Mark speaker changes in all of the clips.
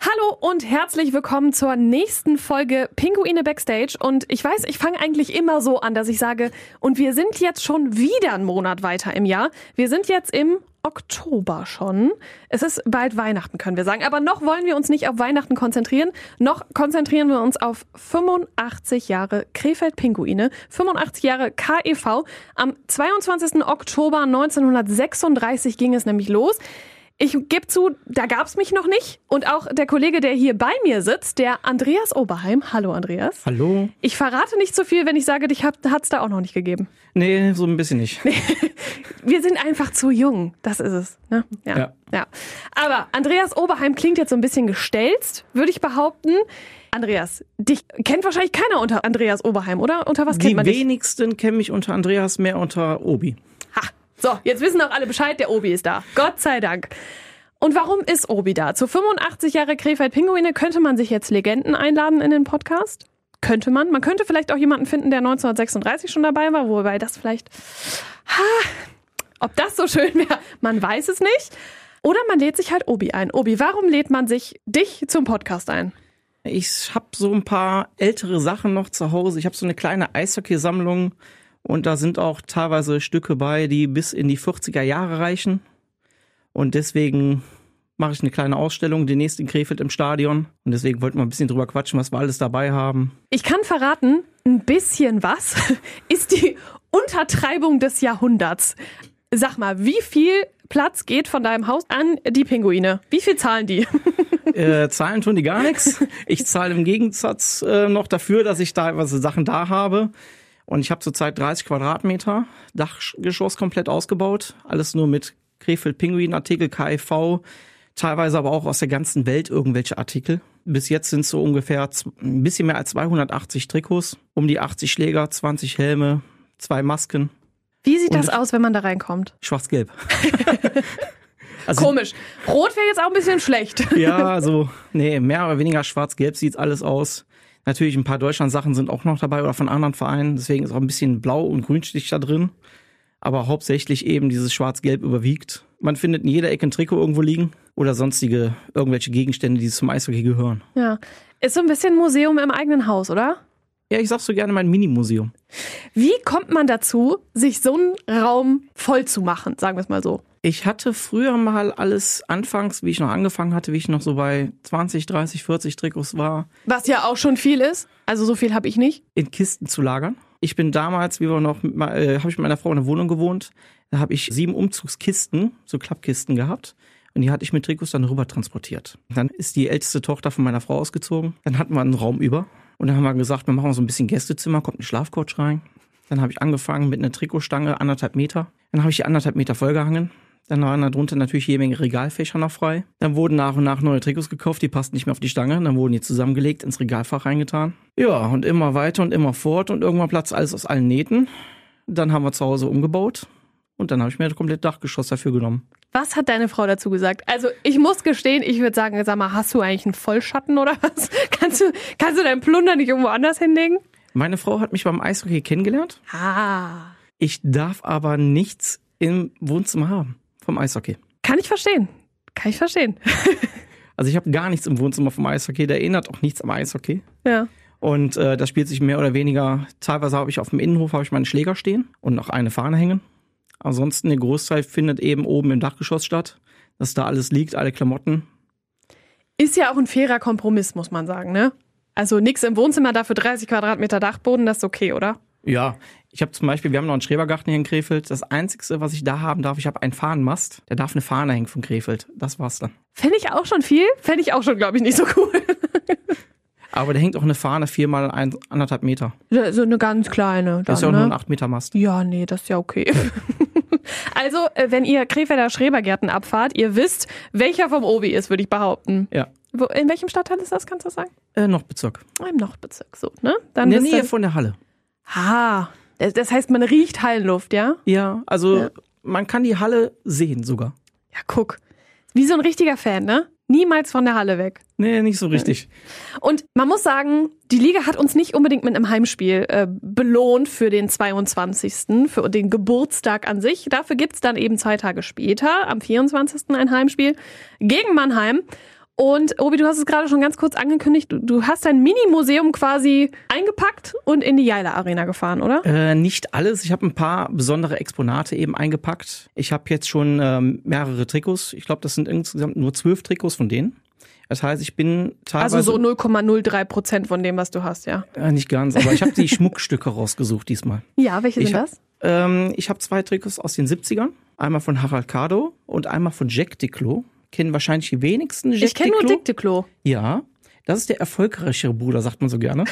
Speaker 1: Hallo und herzlich willkommen zur nächsten Folge Pinguine Backstage. Und ich weiß, ich fange eigentlich immer so an, dass ich sage, und wir sind jetzt schon wieder einen Monat weiter im Jahr. Wir sind jetzt im Oktober schon. Es ist bald Weihnachten, können wir sagen. Aber noch wollen wir uns nicht auf Weihnachten konzentrieren. Noch konzentrieren wir uns auf 85 Jahre Krefeld-Pinguine, 85 Jahre KEV. Am 22. Oktober 1936 ging es nämlich los. Ich gebe zu, da gab's mich noch nicht. Und auch der Kollege, der hier bei mir sitzt, der Andreas Oberheim. Hallo, Andreas.
Speaker 2: Hallo?
Speaker 1: Ich verrate nicht zu so viel, wenn ich sage, dich hat es da auch noch nicht gegeben.
Speaker 2: Nee, so ein bisschen nicht.
Speaker 1: Wir sind einfach zu jung. Das ist es. Ne? Ja, ja.
Speaker 2: Ja.
Speaker 1: Aber Andreas Oberheim klingt jetzt so ein bisschen gestelzt, würde ich behaupten. Andreas, dich kennt wahrscheinlich keiner unter Andreas Oberheim, oder? Unter was kennt
Speaker 2: Die
Speaker 1: man dich?
Speaker 2: wenigsten kennen mich unter Andreas, mehr unter Obi.
Speaker 1: Ha. So, jetzt wissen auch alle Bescheid, der Obi ist da. Gott sei Dank. Und warum ist Obi da? Zu 85 Jahre Krefeld-Pinguine könnte man sich jetzt Legenden einladen in den Podcast? Könnte man. Man könnte vielleicht auch jemanden finden, der 1936 schon dabei war, wobei das vielleicht. Ha, ob das so schön wäre, man weiß es nicht. Oder man lädt sich halt Obi ein. Obi, warum lädt man sich dich zum Podcast ein?
Speaker 2: Ich habe so ein paar ältere Sachen noch zu Hause. Ich habe so eine kleine Eishockeysammlung und da sind auch teilweise Stücke bei, die bis in die 40er Jahre reichen. Und deswegen mache ich eine kleine Ausstellung demnächst in Krefeld im Stadion. Und deswegen wollten wir ein bisschen drüber quatschen, was wir alles dabei haben.
Speaker 1: Ich kann verraten, ein bisschen was ist die Untertreibung des Jahrhunderts. Sag mal, wie viel Platz geht von deinem Haus an die Pinguine? Wie viel zahlen die?
Speaker 2: Äh, zahlen tun die gar nichts. Ich zahle im Gegensatz äh, noch dafür, dass ich teilweise Sachen da habe. Und ich habe zurzeit 30 Quadratmeter, Dachgeschoss komplett ausgebaut. Alles nur mit Krefeld-Pinguin-Artikel, KIV, E teilweise aber auch aus der ganzen Welt irgendwelche Artikel. Bis jetzt sind so ungefähr z- ein bisschen mehr als 280 Trikots, um die 80 Schläger, 20 Helme, zwei Masken,
Speaker 1: Wie sieht das
Speaker 2: Und-
Speaker 1: aus, wenn man da reinkommt?
Speaker 2: schwarz-gelb. Also-
Speaker 1: Komisch. Rot wäre jetzt auch ein bisschen schlecht.
Speaker 2: Ja, also, nee, mehr oder weniger schwarz-gelb sieht alles aus. Natürlich, ein paar Deutschland-Sachen sind auch noch dabei oder von anderen Vereinen. Deswegen ist auch ein bisschen Blau- und Grünstich da drin. Aber hauptsächlich eben dieses Schwarz-Gelb überwiegt. Man findet in jeder Ecke ein Trikot irgendwo liegen oder sonstige irgendwelche Gegenstände, die zum Eishockey gehören.
Speaker 1: Ja. Ist so ein bisschen Museum im eigenen Haus, oder?
Speaker 2: Ja, ich sag so gerne mein Minimuseum.
Speaker 1: Wie kommt man dazu, sich so einen Raum voll zu machen, sagen wir es mal so?
Speaker 2: Ich hatte früher mal alles anfangs, wie ich noch angefangen hatte, wie ich noch so bei 20, 30, 40 Trikots war,
Speaker 1: Was ja auch schon viel ist. Also so viel habe ich nicht.
Speaker 2: in Kisten zu lagern. Ich bin damals, wie wir noch, mit me- äh, habe ich mit meiner Frau in einer Wohnung gewohnt. Da habe ich sieben Umzugskisten, so Klappkisten gehabt. Und die hatte ich mit Trikots dann rüber transportiert. Dann ist die älteste Tochter von meiner Frau ausgezogen. Dann hatten wir einen Raum über. Und dann haben wir gesagt, wir machen so ein bisschen Gästezimmer, kommt ein Schlafcoach rein. Dann habe ich angefangen mit einer Trikotstange, anderthalb Meter. Dann habe ich die anderthalb Meter vollgehangen. Dann waren darunter natürlich jede Menge Regalfächer noch frei. Dann wurden nach und nach neue Trikots gekauft, die passten nicht mehr auf die Stange. Dann wurden die zusammengelegt, ins Regalfach reingetan. Ja, und immer weiter und immer fort und irgendwann platzt alles aus allen Nähten. Dann haben wir zu Hause umgebaut und dann habe ich mir das komplette Dachgeschoss dafür genommen.
Speaker 1: Was hat deine Frau dazu gesagt? Also ich muss gestehen, ich würde sagen, sag mal, hast du eigentlich einen Vollschatten oder was? Kannst du, kannst du deinen Plunder nicht irgendwo anders hinlegen?
Speaker 2: Meine Frau hat mich beim Eishockey kennengelernt.
Speaker 1: Ah.
Speaker 2: Ich darf aber nichts im Wohnzimmer haben vom Eishockey.
Speaker 1: Kann ich verstehen. Kann ich verstehen.
Speaker 2: Also ich habe gar nichts im Wohnzimmer vom Eishockey, der erinnert auch nichts am Eishockey.
Speaker 1: Ja.
Speaker 2: Und äh, das spielt sich mehr oder weniger, teilweise habe ich auf dem Innenhof habe ich meinen Schläger stehen und noch eine Fahne hängen. Ansonsten der Großteil findet eben oben im Dachgeschoss statt, dass da alles liegt, alle Klamotten.
Speaker 1: Ist ja auch ein fairer Kompromiss, muss man sagen, ne? Also nix im Wohnzimmer, dafür 30 Quadratmeter Dachboden, das ist okay, oder?
Speaker 2: Ja, ich habe zum Beispiel, wir haben noch einen Schrebergarten hier in Krefeld. Das Einzige, was ich da haben darf, ich habe einen Fahnenmast. Der darf eine Fahne hängen von Krefeld. Das war's dann.
Speaker 1: Fände ich auch schon viel, fände ich auch schon, glaube ich, nicht so cool.
Speaker 2: Aber da hängt auch eine Fahne viermal ein, anderthalb Meter.
Speaker 1: So eine ganz kleine. Dann,
Speaker 2: Das ist ja auch
Speaker 1: ne?
Speaker 2: nur ein acht Meter Mast.
Speaker 1: Ja, nee, das ist ja okay. also, äh, wenn ihr Krefelder Schrebergärten abfahrt, ihr wisst, welcher vom Obi ist, würde ich behaupten.
Speaker 2: Ja.
Speaker 1: Wo, in welchem Stadtteil ist das, kannst du das sagen? Ah,
Speaker 2: Äh, noch Bezirk.
Speaker 1: Im Nordbezirk, so, ne? Dann
Speaker 2: In der
Speaker 1: wisst
Speaker 2: Nähe
Speaker 1: ihr-
Speaker 2: von der Halle.
Speaker 1: Ah, das- das heißt, man riecht Hallenluft, ja?
Speaker 2: Ja, also
Speaker 1: Ja.
Speaker 2: man kann die Halle sehen sogar.
Speaker 1: Ja, guck. Wie so ein richtiger Fan, ne? Niemals von der Halle weg.
Speaker 2: Nee, nicht so richtig.
Speaker 1: Und man muss sagen, die Liga hat uns nicht unbedingt mit einem Heimspiel äh, belohnt für den 22., für den Geburtstag an sich. Dafür gibt's dann eben zwei Tage später, am 24. ein Heimspiel gegen Mannheim. Und Obi, du hast es gerade schon ganz kurz angekündigt, du, du hast dein Mini-Museum quasi eingepackt und in die Jaila Arena gefahren, oder?
Speaker 2: Äh, nicht alles. Ich habe ein paar besondere Exponate eben eingepackt. Ich habe jetzt schon ähm, mehrere Trikots. Ich glaube, das sind insgesamt nur zwölf Trikots von denen. Das heißt, ich bin teilweise
Speaker 1: Also so 0,03 Prozent von dem, was du hast, ja.
Speaker 2: äh, nicht ganz, aber ich habe die Schmuckstücke rausgesucht diesmal.
Speaker 1: Ja, welche
Speaker 2: Ich
Speaker 1: sind
Speaker 2: hab-
Speaker 1: das?
Speaker 2: Ähm, ich habe zwei Trikots aus den 70ern. Einmal von Harald Kado und einmal von Jack Diclo. Kennen wahrscheinlich die wenigsten Jack
Speaker 1: Ich kenne nur
Speaker 2: Diclo.
Speaker 1: Dick Diclo.
Speaker 2: Ja, das ist der erfolgreichere Bruder, sagt man so gerne.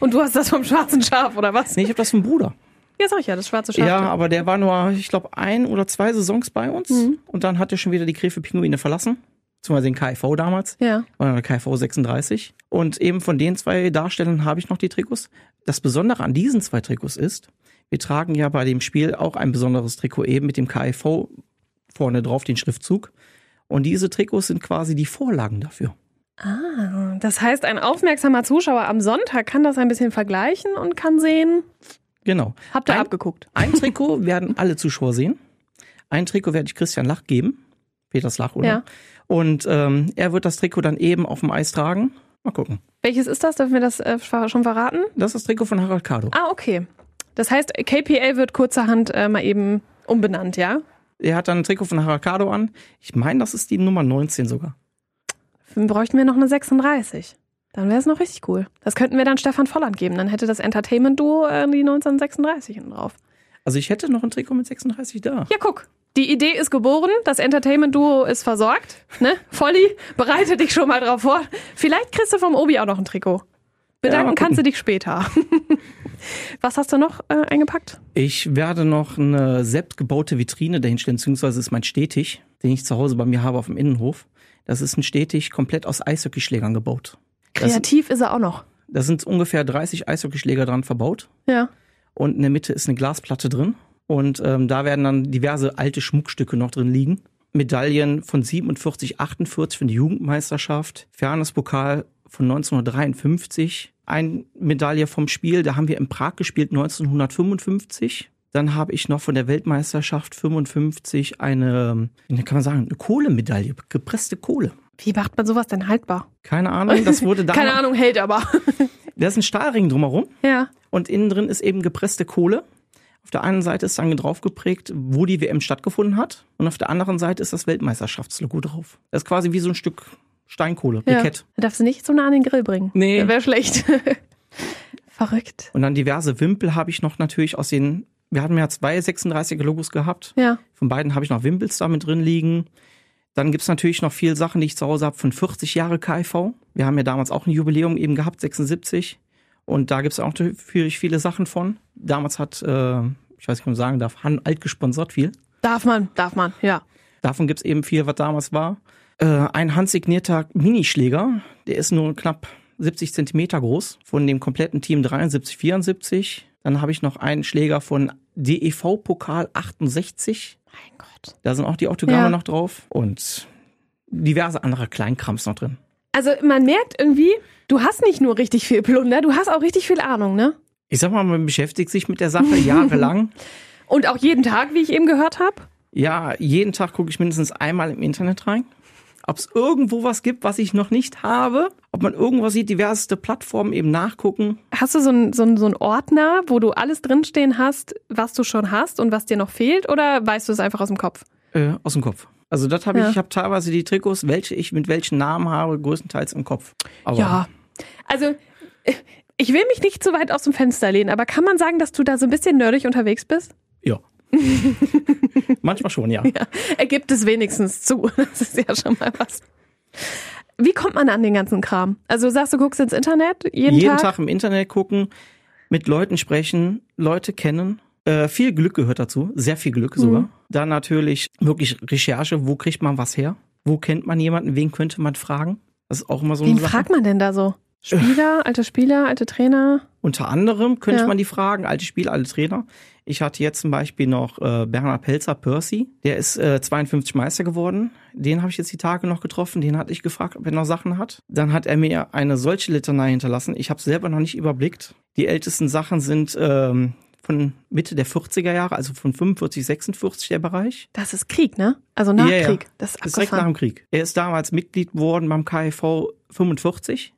Speaker 1: Und du hast das vom schwarzen Schaf, oder was?
Speaker 2: Nee, ich habe das vom Bruder.
Speaker 1: Ja, sag ich ja, das schwarze Schaf.
Speaker 2: Ja, aber der war nur, ich glaube, ein oder zwei Saisons bei uns. Und dann hat er schon wieder die Gräfe Pinguine verlassen. Zumal den KIV damals.
Speaker 1: ja.
Speaker 2: War der KIV 36. Und eben von den zwei Darstellern habe ich noch die Trikots. Das Besondere an diesen zwei Trikots ist, wir tragen ja bei dem Spiel auch ein besonderes Trikot eben mit dem KIV vorne drauf, den Schriftzug. Und diese Trikots sind quasi die Vorlagen dafür.
Speaker 1: Ah, das heißt, ein aufmerksamer Zuschauer am Sonntag kann das ein bisschen vergleichen und kann sehen,
Speaker 2: Genau.
Speaker 1: habt ihr
Speaker 2: Ein-
Speaker 1: abgeguckt.
Speaker 2: Ein Trikot werden alle Zuschauer sehen. Ein Trikot werde ich Christian Lach geben. Peters Lach, oder?
Speaker 1: Ja.
Speaker 2: Und ähm, er wird das Trikot dann eben auf dem Eis tragen. Mal gucken.
Speaker 1: Welches ist das? Dürfen wir das äh, schon verraten?
Speaker 2: Das ist das Trikot von Harald Kado.
Speaker 1: Ah, okay. Das heißt, KPL wird kurzerhand äh, mal eben umbenannt, ja?
Speaker 2: Er hat dann ein Trikot von Harald Kado an. Ich meine, das ist die Nummer 19 sogar.
Speaker 1: Dann bräuchten wir noch eine 36. Dann wäre es noch richtig cool. Das könnten wir dann Stefan Volland geben. Dann hätte das Entertainment-Duo äh, die 1936 hinten drauf.
Speaker 2: Also ich hätte noch ein Trikot mit 36 da.
Speaker 1: Ja, guck. Die Idee ist geboren, das Entertainment-Duo ist versorgt. Ne? Volli, bereite dich schon mal drauf vor. Vielleicht kriegst du vom Obi auch noch ein Trikot. Bedanken
Speaker 2: Ja, mal gucken.
Speaker 1: kannst du dich später. Was hast du noch äh, eingepackt?
Speaker 2: Ich werde noch eine selbstgebaute Vitrine dahinstellen, beziehungsweise ist mein Stetig, den ich zu Hause bei mir habe auf dem Innenhof. Das ist ein Stetig komplett aus Eishockeyschlägern gebaut. Das,
Speaker 1: Kreativ ist er auch noch.
Speaker 2: da sind ungefähr 30 Eishockeyschläger dran verbaut.
Speaker 1: Ja.
Speaker 2: und in der Mitte ist eine Glasplatte drin. Und ähm, da werden dann diverse alte Schmuckstücke noch drin liegen. Medaillen von 47, 48 von der Jugendmeisterschaft, Fairness-Pokal von 1953, eine Medaille vom Spiel, da haben wir in Prag gespielt 1955. Dann habe ich noch von der Weltmeisterschaft 55 eine, ähm, kann man sagen, eine Kohlemedaille, gepresste Kohle.
Speaker 1: Wie macht man sowas denn haltbar?
Speaker 2: Keine Ahnung, das wurde da.
Speaker 1: Keine Ahnung, hält aber.
Speaker 2: Da ist ein Stahlring drumherum.
Speaker 1: ja.
Speaker 2: Und innen drin ist eben gepresste Kohle. Auf der einen Seite ist dann drauf geprägt, wo die WM stattgefunden hat. Und auf der anderen Seite ist das Weltmeisterschaftslogo drauf. Das ist quasi wie so ein Stück Steinkohle,
Speaker 1: ja.
Speaker 2: Brikett.
Speaker 1: Darfst du nicht so nah an den Grill bringen.
Speaker 2: Nee.
Speaker 1: Wäre schlecht. Verrückt.
Speaker 2: Und dann diverse Wimpel habe ich noch natürlich aus den, wir hatten ja zwei 36er Logos gehabt.
Speaker 1: Ja.
Speaker 2: Von beiden habe ich noch Wimpels da mit drin liegen. Dann gibt's natürlich noch viel Sachen, die ich zu Hause habe von 40 Jahre KIV. Wir haben ja damals auch ein Jubiläum eben gehabt, 76. Und da gibt's auch natürlich viele Sachen von. Damals hat, äh, ich weiß nicht, ob man sagen darf, Han Alt gesponsert viel.
Speaker 1: Darf man, darf man, ja.
Speaker 2: Davon gibt's eben viel, was damals war. Äh, ein handsignierter Minischläger, der ist nur knapp 70 Zentimeter groß, von dem kompletten Team 73, 74. Dann habe ich noch einen Schläger von E DEV-Pokal 68.
Speaker 1: Mein Gott.
Speaker 2: Da sind auch die Autogramme
Speaker 1: Ja.
Speaker 2: noch drauf und diverse andere Kleinkrams noch drin.
Speaker 1: Also man merkt irgendwie, du hast nicht nur richtig viel Plunder, du hast auch richtig viel Ahnung, ne?
Speaker 2: Ich sag mal, man beschäftigt sich mit der Sache jahrelang.
Speaker 1: Und auch jeden Tag, wie ich eben gehört habe.
Speaker 2: Ja, jeden Tag gucke ich mindestens einmal im Internet rein, ob es irgendwo was gibt, was ich noch nicht habe, ob man irgendwo sieht, diverseste Plattformen eben nachgucken.
Speaker 1: Hast du so einen so einen- so einen Ordner, wo du alles drinstehen hast, was du schon hast und was dir noch fehlt? Oder weißt du es einfach aus dem Kopf?
Speaker 2: Äh, aus dem Kopf. Also das habe ich,
Speaker 1: Ja.
Speaker 2: ich habe teilweise die Trikots, welche ich mit welchen Namen habe, größtenteils im Kopf. Aber
Speaker 1: Ja. Also ich will mich nicht zu weit aus dem Fenster lehnen, aber kann man sagen, dass du da so ein bisschen nerdig unterwegs bist?
Speaker 2: ja. Manchmal schon, ja.
Speaker 1: Er Äh, gibt es wenigstens zu. Das ist ja schon mal was. Wie kommt man an den ganzen Kram? Also du sagst, du guckst ins Internet jeden,
Speaker 2: jeden Tag. im Internet gucken, mit Leuten sprechen, Leute kennen. Äh, viel Glück gehört dazu, sehr viel Glück sogar.
Speaker 1: Mhm.
Speaker 2: Dann natürlich wirklich Recherche, wo kriegt man was her? Wo kennt man jemanden? Wen könnte man fragen? Das ist auch immer so eine
Speaker 1: Wen
Speaker 2: Sache.
Speaker 1: fragt man denn da so? Spieler,
Speaker 2: Äh.
Speaker 1: alte Spieler, alte Trainer?
Speaker 2: Unter anderem könnte
Speaker 1: Ja.
Speaker 2: man die fragen, alte Spieler, alte Trainer. Ich hatte jetzt zum Beispiel noch äh, Bernhard Pelzer, Percy, der ist äh, 52 Meister geworden. Den habe ich jetzt die Tage noch getroffen, den hatte ich gefragt, ob er noch Sachen hat. Dann hat er mir eine solche Litanei hinterlassen. Ich habe selber noch nicht überblickt. Die ältesten Sachen sind ähm, von Mitte der 40er Jahre, also von 45, 46 der Bereich.
Speaker 1: Das ist Krieg, ne? Also nach
Speaker 2: Ja, ja.
Speaker 1: Krieg. Das ist
Speaker 2: Das ist direkt nach
Speaker 1: abgefahren.
Speaker 2: dem Krieg. Er ist damals Mitglied geworden beim KIV 45,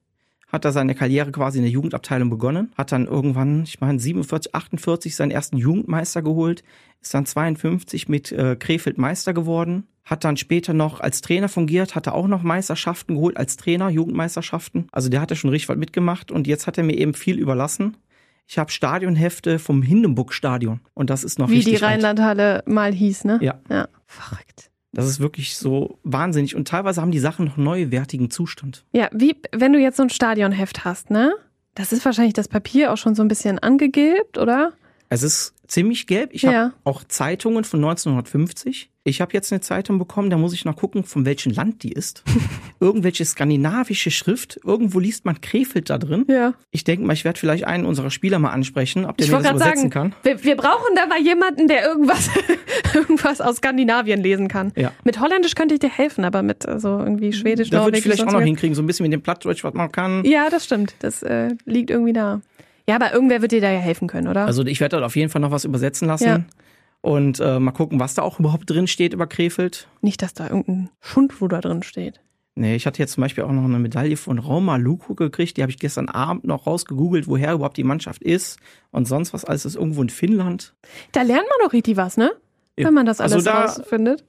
Speaker 2: hat da seine Karriere quasi in der Jugendabteilung begonnen, hat dann irgendwann, ich meine 47, 48 seinen ersten Jugendmeister geholt, ist dann 52 mit äh, Krefeld Meister geworden, hat dann später noch als Trainer fungiert, hatte auch noch Meisterschaften geholt als Trainer, Jugendmeisterschaften. Also der hat ja schon richtig was mitgemacht und jetzt hat er mir eben viel überlassen. Ich habe Stadionhefte vom Hindenburg-Stadion und das ist noch
Speaker 1: Wie
Speaker 2: richtig
Speaker 1: die
Speaker 2: alt.
Speaker 1: Rheinlandhalle mal hieß, ne?
Speaker 2: Ja.
Speaker 1: ja. Verrückt.
Speaker 2: Das ist wirklich so wahnsinnig. Und teilweise haben die Sachen noch neuwertigen Zustand.
Speaker 1: Ja, wie wenn du jetzt so ein Stadionheft hast, ne? Das ist wahrscheinlich das Papier auch schon so ein bisschen angegilbt, oder?
Speaker 2: Es ist ziemlich gelb. Ich
Speaker 1: Ja.
Speaker 2: habe auch Zeitungen von 1950. Ich habe jetzt eine Zeitung bekommen, da muss ich noch gucken, von welchem Land die ist. Irgendwelche skandinavische Schrift. Irgendwo liest man Krefeld da drin.
Speaker 1: Ja.
Speaker 2: Ich denke mal, ich werde vielleicht einen unserer Spieler mal ansprechen, ob der
Speaker 1: Ich
Speaker 2: mir
Speaker 1: wollte
Speaker 2: das
Speaker 1: gerade
Speaker 2: übersetzen
Speaker 1: sagen,
Speaker 2: kann.
Speaker 1: wir, wir brauchen da mal jemanden, der irgendwas, irgendwas aus Skandinavien lesen kann.
Speaker 2: Ja.
Speaker 1: Mit Holländisch könnte ich dir helfen, aber mit äh, so irgendwie Schwedisch,
Speaker 2: Da würde
Speaker 1: Norwegisch.
Speaker 2: ich vielleicht auch
Speaker 1: sonst
Speaker 2: noch
Speaker 1: wie-
Speaker 2: hinkriegen, so ein bisschen mit dem Plattdeutsch, was man kann.
Speaker 1: Ja, das stimmt. Das äh, liegt irgendwie da. Ja, aber irgendwer wird dir da ja helfen können, oder?
Speaker 2: Also ich werde dort auf jeden Fall noch was übersetzen lassen.
Speaker 1: Ja.
Speaker 2: Und äh, mal gucken, was da auch überhaupt drin steht über Krefeld.
Speaker 1: Nicht, dass da irgendein Schundruder drin steht.
Speaker 2: Nee, ich hatte jetzt zum Beispiel auch noch eine Medaille von Rauma Luku gekriegt. Die habe ich gestern Abend noch rausgegoogelt, woher überhaupt die Mannschaft ist und sonst was alles ist irgendwo in Finnland.
Speaker 1: Da lernt man doch richtig was, ne?
Speaker 2: Ja.
Speaker 1: Wenn man das alles
Speaker 2: Also da-
Speaker 1: rausfindet.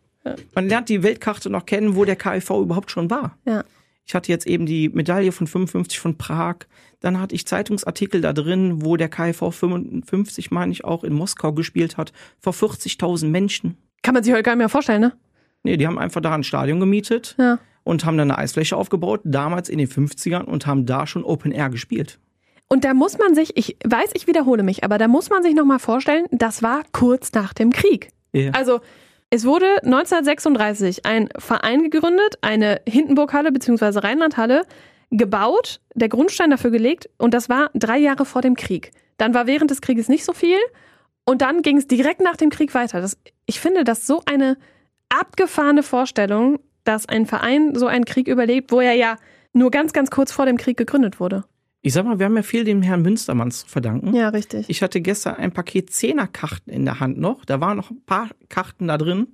Speaker 2: Man lernt die Weltkarte noch kennen, wo der KIV überhaupt schon war.
Speaker 1: Ja.
Speaker 2: Ich hatte jetzt eben die Medaille von 55 von Prag. Dann hatte ich Zeitungsartikel da drin, wo der KIV 55, meine ich, auch in Moskau gespielt hat. Vor 40.000 Menschen.
Speaker 1: Kann man sich heute gar nicht mehr vorstellen, ne?
Speaker 2: Nee, die haben einfach da ein Stadion gemietet
Speaker 1: Ja.
Speaker 2: und haben dann eine Eisfläche aufgebaut, damals in den 50ern und haben da schon Open Air gespielt.
Speaker 1: Und da muss man sich, ich weiß, ich wiederhole mich, aber da muss man sich nochmal vorstellen, das war kurz nach dem Krieg.
Speaker 2: Ja.
Speaker 1: Also es wurde 1936 ein Verein gegründet, eine Hindenburghalle bzw. Rheinlandhalle gebaut, der Grundstein dafür gelegt und das war drei Jahre vor dem Krieg. Dann war während des Krieges nicht so viel und dann ging es direkt nach dem Krieg weiter. Das, ich finde das so eine abgefahrene Vorstellung, dass ein Verein so einen Krieg überlebt, wo er ja nur ganz, ganz kurz vor dem Krieg gegründet wurde.
Speaker 2: Ich sag mal, wir haben ja viel dem Herrn Münstermanns zu verdanken.
Speaker 1: Ja, richtig.
Speaker 2: Ich hatte gestern ein Paket Zehnerkarten in der Hand noch. Da waren noch ein paar Karten da drin.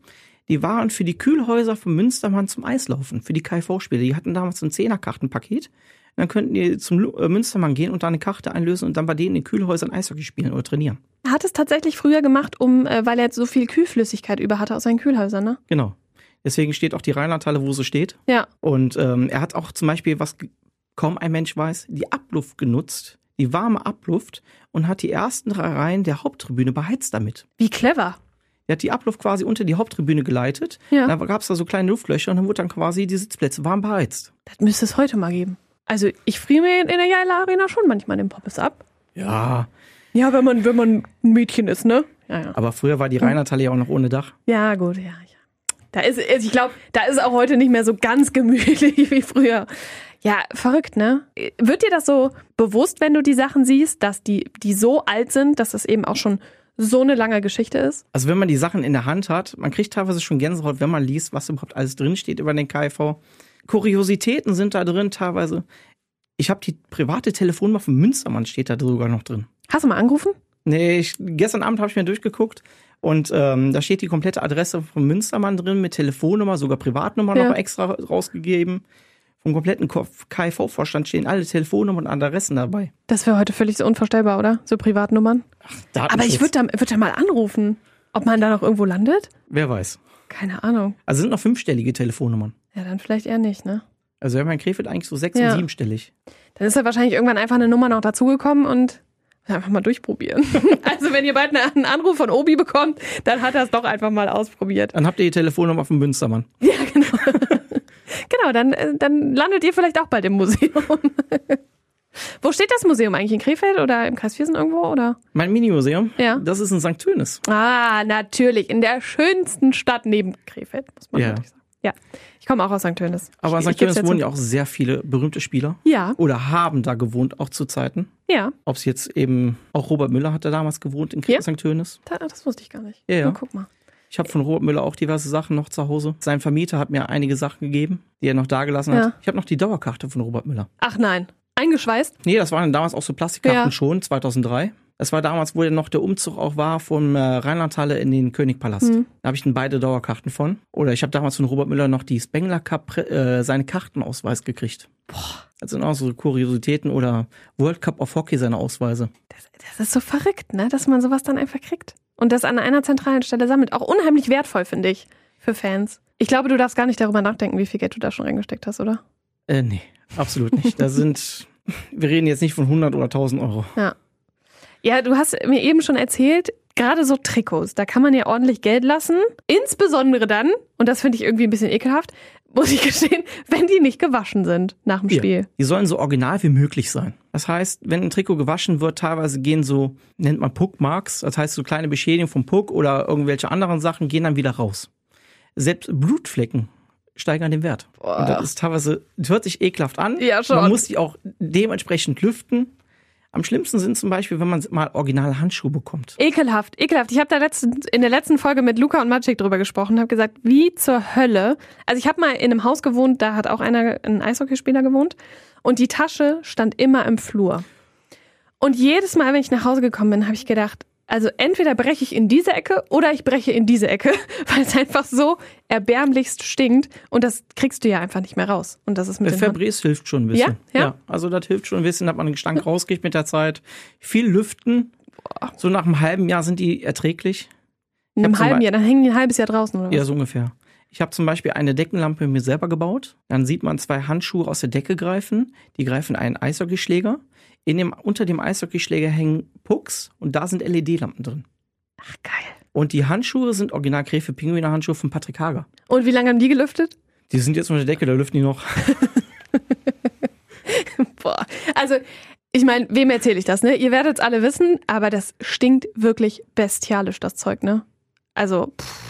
Speaker 2: Die waren für die Kühlhäuser vom Münstermann zum Eislaufen, für die KV-Spiele. Die hatten damals so ein Zehnerkartenpaket. Und Dann könnten die zum Lu- äh, Münstermann gehen und da eine Karte einlösen und dann bei denen in den Kühlhäusern Eishockey spielen oder trainieren.
Speaker 1: Er hat es tatsächlich früher gemacht, um, äh, weil er jetzt so viel Kühlflüssigkeit über hatte aus seinen Kühlhäusern, ne?
Speaker 2: Genau. Deswegen steht auch die Rheinlandhalle, wo sie steht.
Speaker 1: Ja.
Speaker 2: Und ähm, er hat auch zum Beispiel, was g- kaum ein Mensch weiß, die Abluft genutzt, die warme Abluft und hat die ersten drei Reihen der Haupttribüne beheizt damit.
Speaker 1: Wie clever.
Speaker 2: Er hat die Abluft quasi unter die Haupttribüne geleitet.
Speaker 1: Ja.
Speaker 2: Da gab es da so kleine Luftlöcher und dann wurde dann quasi die Sitzplätze warm beheizt.
Speaker 1: Das müsste es heute mal geben. Also ich friere mir in der Jaila Arena schon manchmal den Pommes ab.
Speaker 2: Ja.
Speaker 1: Ja, wenn man, wenn man ein Mädchen ist, ne? Ja, ja.
Speaker 2: Aber früher war die Rheinlandhalle ja auch noch ohne Dach.
Speaker 1: Ja, gut, ja, ja. Da ist, ich glaube, da ist auch heute nicht mehr so ganz gemütlich wie früher. Ja, verrückt, ne? Wird dir das so bewusst, wenn du die Sachen siehst, dass die, die so alt sind, dass das eben auch schon so eine lange Geschichte ist?
Speaker 2: Also wenn man die Sachen in der Hand hat, man kriegt teilweise schon Gänsehaut, wenn man liest, was überhaupt alles drinsteht über den KIV. Kuriositäten sind da drin teilweise. Ich habe die private Telefonnummer von Münstermann steht da sogar noch drin.
Speaker 1: Hast du mal angerufen?
Speaker 2: Nee, ich, gestern Abend habe ich mir durchgeguckt und ähm, da steht die komplette Adresse vom Münstermann drin mit Telefonnummer, sogar Privatnummer
Speaker 1: Ja.
Speaker 2: noch extra rausgegeben. Vom kompletten KIV-Vorstand stehen alle Telefonnummern und Adressen dabei.
Speaker 1: Das wäre heute völlig so unvorstellbar, oder? So Privatnummern. Aber ich
Speaker 2: Datenschutz,
Speaker 1: würde da, würd da mal anrufen, ob man da noch irgendwo landet.
Speaker 2: Wer weiß.
Speaker 1: Keine Ahnung.
Speaker 2: Also sind noch fünfstellige Telefonnummern.
Speaker 1: Ja, dann vielleicht eher nicht, ne?
Speaker 2: Also wir haben in Krefeld eigentlich so sechs-
Speaker 1: Ja.
Speaker 2: und siebenstellig.
Speaker 1: Dann ist da wahrscheinlich irgendwann einfach eine Nummer noch dazugekommen und einfach mal durchprobieren. also wenn ihr bald einen Anruf von Obi bekommt, dann hat er es doch einfach mal ausprobiert.
Speaker 2: Dann habt ihr die Telefonnummer vom Münstermann.
Speaker 1: Ja, genau. genau, dann, äh, dann landet ihr vielleicht auch bald im Museum. Wo steht das Museum eigentlich? In Krefeld oder im Kreis Viersen irgendwo? Oder?
Speaker 2: Mein Minimuseum,
Speaker 1: Ja.
Speaker 2: das ist in St. Tönis.
Speaker 1: Ah, natürlich. In der schönsten Stadt neben Krefeld, muss man
Speaker 2: Ja.
Speaker 1: wirklich sagen. Ja. Ich komme auch aus St. Tönis.
Speaker 2: Aber in
Speaker 1: Ich- ich geb's
Speaker 2: St. Tönis
Speaker 1: jetzt
Speaker 2: wohnen
Speaker 1: zu.
Speaker 2: ja auch sehr viele berühmte Spieler.
Speaker 1: Ja,
Speaker 2: Oder haben da gewohnt, auch zu Zeiten.
Speaker 1: ja.
Speaker 2: Ob es jetzt eben, auch Robert Müller hat da damals gewohnt in
Speaker 1: Ja.
Speaker 2: Krefeld St. Tönis.
Speaker 1: Da, das wusste ich gar nicht.
Speaker 2: Ja, ja.
Speaker 1: Na, guck mal.
Speaker 2: Ich habe von Robert Müller auch diverse Sachen noch zu Hause. Sein Vermieter hat mir einige Sachen gegeben, die er noch dagelassen hat.
Speaker 1: Ja.
Speaker 2: Ich habe noch die Dauerkarte von Robert Müller.
Speaker 1: Ach nein. Eingeschweißt?
Speaker 2: Nee, das waren damals auch so Plastikkarten
Speaker 1: Ja.
Speaker 2: schon, 2003. Das war damals, wo ja noch der Umzug auch war vom äh, Rheinlandhalle in den Königpalast.
Speaker 1: Mhm.
Speaker 2: Da habe ich dann beide Dauerkarten von. Oder ich habe damals von Robert Müller noch die Spengler Cup Prä- äh, seine Kartenausweis gekriegt. Boah. Das sind auch so Kuriositäten oder World Cup of Hockey seine Ausweise.
Speaker 1: Das, das ist so verrückt, ne? dass man sowas dann einfach kriegt. Und das an einer zentralen Stelle sammelt. Auch unheimlich wertvoll, finde ich, für Fans. Ich glaube, du darfst gar nicht darüber nachdenken, wie viel Geld du da schon reingesteckt hast, oder?
Speaker 2: Äh, nee, absolut nicht. Da sind, wir reden jetzt nicht von 100 oder 1000 Euro.
Speaker 1: Ja, du hast mir eben schon erzählt, gerade so Trikots, da kann man ja ordentlich Geld lassen. Insbesondere dann, und das finde ich irgendwie ein bisschen ekelhaft, muss ich gestehen, wenn die nicht gewaschen sind nach dem
Speaker 2: Ja.
Speaker 1: Spiel.
Speaker 2: Die sollen so original wie möglich sein. Das heißt, wenn ein Trikot gewaschen wird, teilweise gehen so, nennt man Puckmarks, das heißt so kleine Beschädigungen vom Puck oder irgendwelche anderen Sachen, gehen dann wieder raus. Selbst Blutflecken steigern den Wert. Und das ist teilweise, das hört sich ekelhaft an.
Speaker 1: Ja, schon.
Speaker 2: Man muss die auch dementsprechend lüften. Am schlimmsten sind zum Beispiel, wenn man mal originale Handschuhe bekommt.
Speaker 1: Ekelhaft, ekelhaft. Ich habe da letztens, in der letzten Folge mit Luca und Maciek drüber gesprochen, habe gesagt, wie zur Hölle. Also ich habe mal in einem Haus gewohnt, da hat auch einer, ein Eishockeyspieler gewohnt und die Tasche stand immer im Flur. Und jedes Mal, wenn ich nach Hause gekommen bin, habe ich gedacht, also entweder breche ich in diese Ecke oder ich breche in diese Ecke, weil es einfach so erbärmlichst stinkt und das kriegst du ja einfach nicht mehr raus. Und das ist mit
Speaker 2: Äh,
Speaker 1: den Hand-
Speaker 2: Febreze hilft schon ein bisschen.
Speaker 1: Ja? Ja?
Speaker 2: Also das hilft schon ein bisschen, dass man den Gestank rauskriegt mit der Zeit. Viel lüften. So nach einem halben Jahr sind die erträglich.
Speaker 1: in
Speaker 2: hab
Speaker 1: einem
Speaker 2: zum
Speaker 1: halben
Speaker 2: Be-
Speaker 1: Jahr, dann hängen die ein halbes Jahr draußen oder was?
Speaker 2: Ja, so ungefähr. Ich habe zum Beispiel eine Deckenlampe mir selber gebaut. Dann sieht man zwei Handschuhe aus der Decke greifen. Die greifen einen Eishockeyschläger. In dem, unter dem Eishockeyschläger hängen Pucks und da sind LED-Lampen drin.
Speaker 1: Ach, geil.
Speaker 2: Und die Handschuhe sind original Gräfe Pinguiner Handschuhe von Patrick Hager.
Speaker 1: Und wie lange haben die gelüftet?
Speaker 2: Die sind jetzt unter der Decke, da lüften die noch.
Speaker 1: Boah. Also, ich meine, wem erzähle ich das, ne? Ihr werdet es alle wissen, aber das stinkt wirklich bestialisch, das Zeug, ne? Also, pff.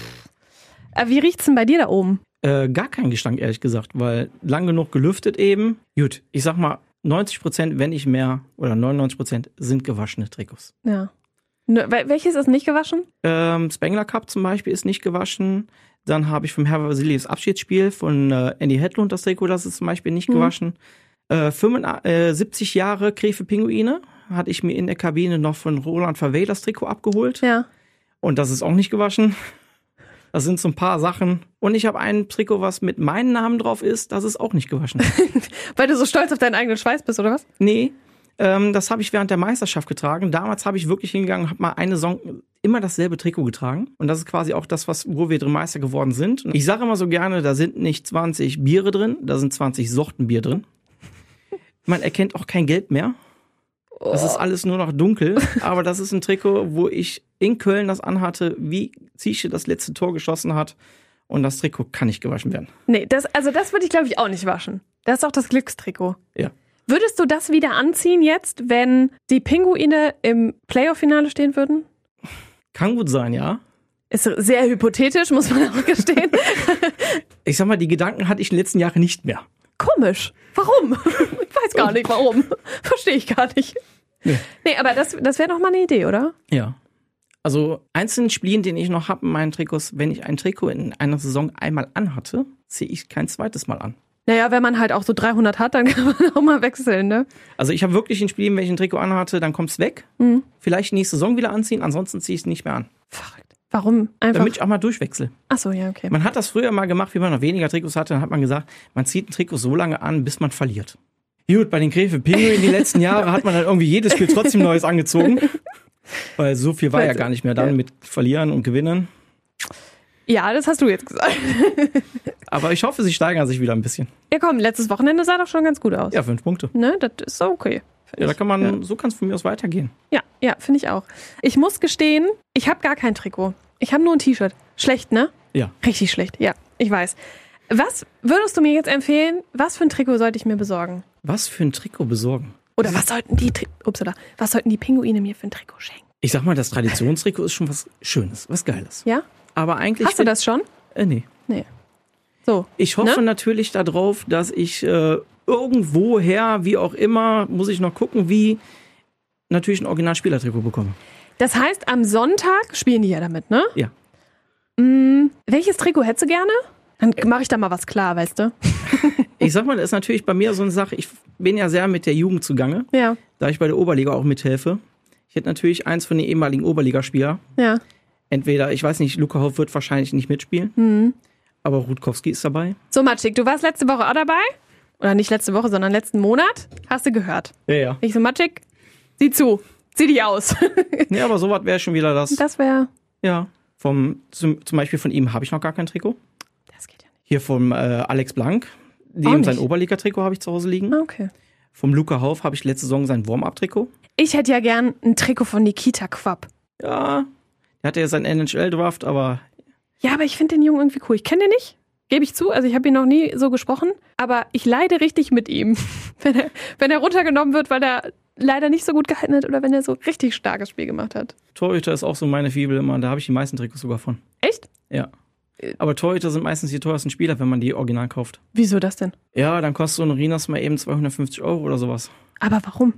Speaker 1: Äh, Wie riecht's denn bei dir da oben?
Speaker 2: Äh, gar kein Gestank, ehrlich gesagt, weil lang genug gelüftet eben. Gut, ich sag mal, 90 Prozent, wenn nicht mehr, oder 99 Prozent sind gewaschene Trikots.
Speaker 1: Ja. Ne, wel- welches ist nicht gewaschen?
Speaker 2: Ähm, Spengler Cup zum Beispiel ist nicht gewaschen. Dann habe ich vom Herr Vasilius Abschiedsspiel von äh, Andy Hedlund das Trikot, das ist zum Beispiel nicht gewaschen. Äh, 75 äh, 70 Jahre Kräfe Pinguine hatte ich mir in der Kabine noch von Roland Verwey das Trikot abgeholt.
Speaker 1: Ja.
Speaker 2: Und das ist auch nicht gewaschen. Das sind so ein paar Sachen. Und ich habe ein Trikot, was mit meinem Namen drauf ist, das ist auch nicht gewaschen.
Speaker 1: Weil du so stolz auf deinen eigenen Schweiß bist, oder was?
Speaker 2: Nee, ähm, das habe ich während der Meisterschaft getragen. Damals habe ich wirklich hingegangen, habe mal eine Saison immer dasselbe Trikot getragen. Und das ist quasi auch das, was, wo wir drin Meister geworden sind. Und ich sage immer so gerne, da sind nicht 20 Biere drin, da sind 20 Sorten Bier drin. Man erkennt auch kein Gelb mehr. Das ist alles nur noch dunkel. Aber das ist ein Trikot, wo ich in Köln das anhatte, wie Ziesche das letzte Tor geschossen hat. Und das Trikot kann nicht gewaschen werden.
Speaker 1: Nee, das, also das würde ich, glaube ich, auch nicht waschen. Das ist auch das Glückstrikot.
Speaker 2: Ja.
Speaker 1: Würdest du das wieder anziehen jetzt, wenn die Pinguine im Playoff-Finale stehen würden?
Speaker 2: Kann gut sein, ja.
Speaker 1: Ist sehr hypothetisch, muss man auch gestehen.
Speaker 2: Ich sag mal, die Gedanken hatte ich in den letzten Jahren nicht mehr.
Speaker 1: komisch. Warum? Ich weiß gar nicht, warum. Verstehe ich gar nicht. Nee,
Speaker 2: Nee.
Speaker 1: aber das, das wäre doch mal eine Idee, oder?
Speaker 2: Ja. Also einzelnen Spielen, den ich noch habe in meinen Trikots, wenn ich ein Trikot in einer Saison einmal anhatte, ziehe ich kein zweites Mal an.
Speaker 1: Naja, wenn man halt auch so 300 hat, dann kann man auch mal wechseln, ne?
Speaker 2: Also ich habe wirklich in Spielen, wenn ich ein Trikot anhatte, dann kommt's weg. Vielleicht nächste Saison wieder anziehen, ansonsten ziehe ich es nicht mehr an.
Speaker 1: Verrückt. Warum? Einfach.
Speaker 2: Damit ich auch mal durchwechsle.
Speaker 1: Ach so, ja, okay.
Speaker 2: Man hat das früher mal gemacht, wie man noch weniger Trikots hatte, dann hat man gesagt, man zieht ein Trikot so lange an, bis man verliert. Gut, bei den Gräfe Pinguin die letzten Jahre hat man dann irgendwie jedes Spiel trotzdem Neues angezogen. Weil so viel war ja gar nicht mehr dann mit Verlieren und Gewinnen.
Speaker 1: Ja, das hast du jetzt gesagt.
Speaker 2: Aber ich hoffe, sie steigern sich wieder ein bisschen.
Speaker 1: Ja, komm, letztes Wochenende sah doch schon ganz gut aus.
Speaker 2: Ja, fünf Punkte.
Speaker 1: Ne, das ist so okay. find
Speaker 2: Ja, da
Speaker 1: ich.
Speaker 2: kann man, so kann es von mir aus weitergehen.
Speaker 1: Ja, ja, finde ich auch. Ich muss gestehen, ich habe gar kein Trikot. Ich habe nur ein T-Shirt. Schlecht, ne?
Speaker 2: Ja.
Speaker 1: Richtig schlecht, ja, ich weiß. Was würdest du mir jetzt empfehlen? Was für ein Trikot sollte ich mir besorgen?
Speaker 2: Was für ein Trikot besorgen?
Speaker 1: Oder was sollten die Tri Upsala, was sollten die Pinguine mir für ein Trikot schenken?
Speaker 2: Ich sag mal, das Traditionstrikot ist schon was Schönes, was Geiles.
Speaker 1: Ja?
Speaker 2: Aber eigentlich.
Speaker 1: Hast du das schon?
Speaker 2: Äh, nee.
Speaker 1: Nee. So.
Speaker 2: Ich hoffe
Speaker 1: Ne?
Speaker 2: natürlich darauf, dass ich äh, irgendwoher, wie auch immer, muss ich noch gucken, wie natürlich ein Originalspielertrikot bekomme.
Speaker 1: Das heißt, am Sonntag spielen die ne- ja damit, ne?
Speaker 2: Ja.
Speaker 1: Mm, welches Trikot hättest du gerne? Dann mache ich da mal was klar, weißt du?
Speaker 2: Ich sag mal, das ist natürlich bei mir so eine Sache. Ich bin ja sehr mit der Jugend zugange,
Speaker 1: Ja.
Speaker 2: da ich bei der Oberliga auch mithelfe. Ich Ich hätte natürlich eins von den ehemaligen Oberligaspielern.
Speaker 1: Ja.
Speaker 2: Entweder, ich weiß nicht, Luca Hoff wird wahrscheinlich nicht mitspielen,
Speaker 1: Mhm.
Speaker 2: aber Rutkowski ist dabei.
Speaker 1: So, Matschik, du warst letzte Woche auch dabei. Oder nicht letzte Woche, sondern letzten Monat. Hast du gehört.
Speaker 2: Ja, ja.
Speaker 1: Ich so, Matschik, sieh zu. Sieh dich aus.
Speaker 2: Nee, aber sowas wäre schon wieder das.
Speaker 1: das wäre.
Speaker 2: Ja. Vom, zum, zum Beispiel von ihm habe ich noch gar kein Trikot.
Speaker 1: Das geht ja nicht.
Speaker 2: Hier vom äh, Alex Blank. Dem
Speaker 1: nicht.
Speaker 2: sein Oberliga-Trikot habe ich zu Hause liegen.
Speaker 1: Ah, Okay.
Speaker 2: Vom Luca Hauf habe ich letzte Saison sein Warm-Up-Trikot.
Speaker 1: Ich hätte ja gern ein Trikot von Nikita Quapp.
Speaker 2: Ja. Der hatte ja seinen NHL-Draft, aber
Speaker 1: Ja, aber ich finde den Jungen irgendwie cool. Ich kenne den nicht, gebe ich zu. Also ich habe ihn noch nie so gesprochen, aber ich leide richtig mit ihm, wenn er, wenn er runtergenommen wird, weil er leider nicht so gut gehalten hat oder wenn er so richtig starkes Spiel gemacht hat.
Speaker 2: Torhüter ist auch so meine Fibel immer. Da habe ich die meisten Trikots sogar von.
Speaker 1: Echt?
Speaker 2: Ja. Aber Torhüter sind meistens die teuersten Spieler, wenn man die original kauft.
Speaker 1: Wieso das denn?
Speaker 2: Ja, dann kostet so ein Rinas mal eben 250 Euro oder sowas.
Speaker 1: Aber warum?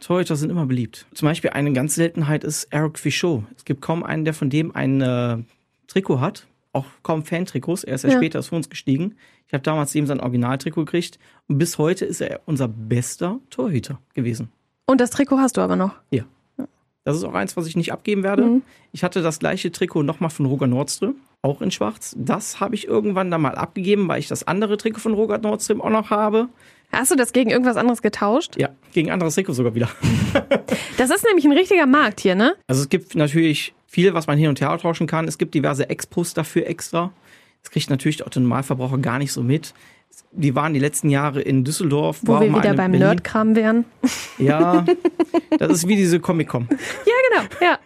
Speaker 2: Torhüter sind immer beliebt. Zum Beispiel eine ganz Seltenheit ist Eric Fichot. Es gibt kaum einen, der von dem ein äh, Trikot hat. Auch kaum Fan-Trikots. Er ist ja,
Speaker 1: Ja.
Speaker 2: später zu uns gestiegen. Ich habe damals eben sein Originaltrikot gekriegt. Und bis heute ist er unser bester Torhüter gewesen.
Speaker 1: Und das Trikot hast du aber noch.
Speaker 2: Das ist auch eins, was ich nicht abgeben werde.
Speaker 1: Mhm.
Speaker 2: Ich hatte das gleiche Trikot nochmal von Roger Nordström, auch in Schwarz. Das habe ich irgendwann dann mal abgegeben, weil ich das andere Trikot von Roger Nordström auch noch habe.
Speaker 1: Hast du das gegen irgendwas anderes getauscht?
Speaker 2: Ja, gegen ein anderes Trikot sogar wieder.
Speaker 1: Das ist nämlich ein richtiger Markt hier, ne?
Speaker 2: Also es gibt natürlich viel, was man hin und her tauschen kann. Es gibt diverse Expos dafür extra. Das kriegt natürlich auch der Normalverbraucher gar nicht so mit. Die waren die letzten Jahre in Düsseldorf.
Speaker 1: Wo
Speaker 2: war
Speaker 1: wir
Speaker 2: mal
Speaker 1: wieder
Speaker 2: eine
Speaker 1: beim
Speaker 2: Berlin.
Speaker 1: Nerdkram wären.
Speaker 2: Ja, das ist wie diese Comic-Con.
Speaker 1: Ja, genau. Ja.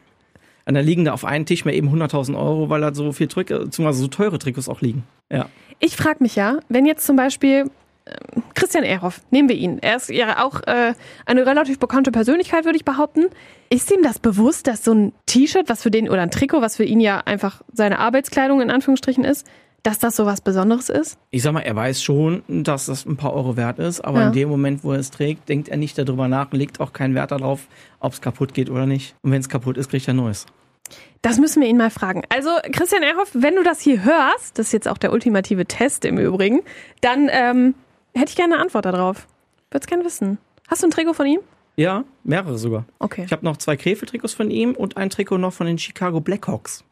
Speaker 2: Und da liegen da auf einem Tisch mal eben 100.000 Euro, weil da so viel Trick, äh, beziehungsweise so teure Trikots auch liegen. Ja.
Speaker 1: Ich frage mich ja, wenn jetzt zum Beispiel ähm, Christian Ehrhoff, nehmen wir ihn, er ist ja auch äh, eine relativ bekannte Persönlichkeit, würde ich behaupten. Ist ihm das bewusst, dass so ein T-Shirt, was für den oder ein Trikot, was für ihn ja einfach seine Arbeitskleidung in Anführungsstrichen ist, dass das so was Besonderes ist?
Speaker 2: ich sag mal, er weiß schon, dass das ein paar Euro wert ist, aber
Speaker 1: Ja.
Speaker 2: in dem Moment, wo er es trägt, denkt er nicht darüber nach, legt auch keinen Wert darauf, ob es kaputt geht oder nicht. Und wenn es kaputt ist, kriegt er ein neues.
Speaker 1: Das müssen wir ihn mal fragen. Also Christian Ehrhoff, wenn du das hier hörst, das ist jetzt auch der ultimative Test im Übrigen, dann ähm, hätte ich gerne eine Antwort darauf. Würde es gerne wissen. Hast du ein Trikot von ihm?
Speaker 2: Ja, mehrere sogar.
Speaker 1: Okay.
Speaker 2: Ich habe noch zwei Krefeld-Trikots von ihm und ein Trikot noch von den Chicago Blackhawks.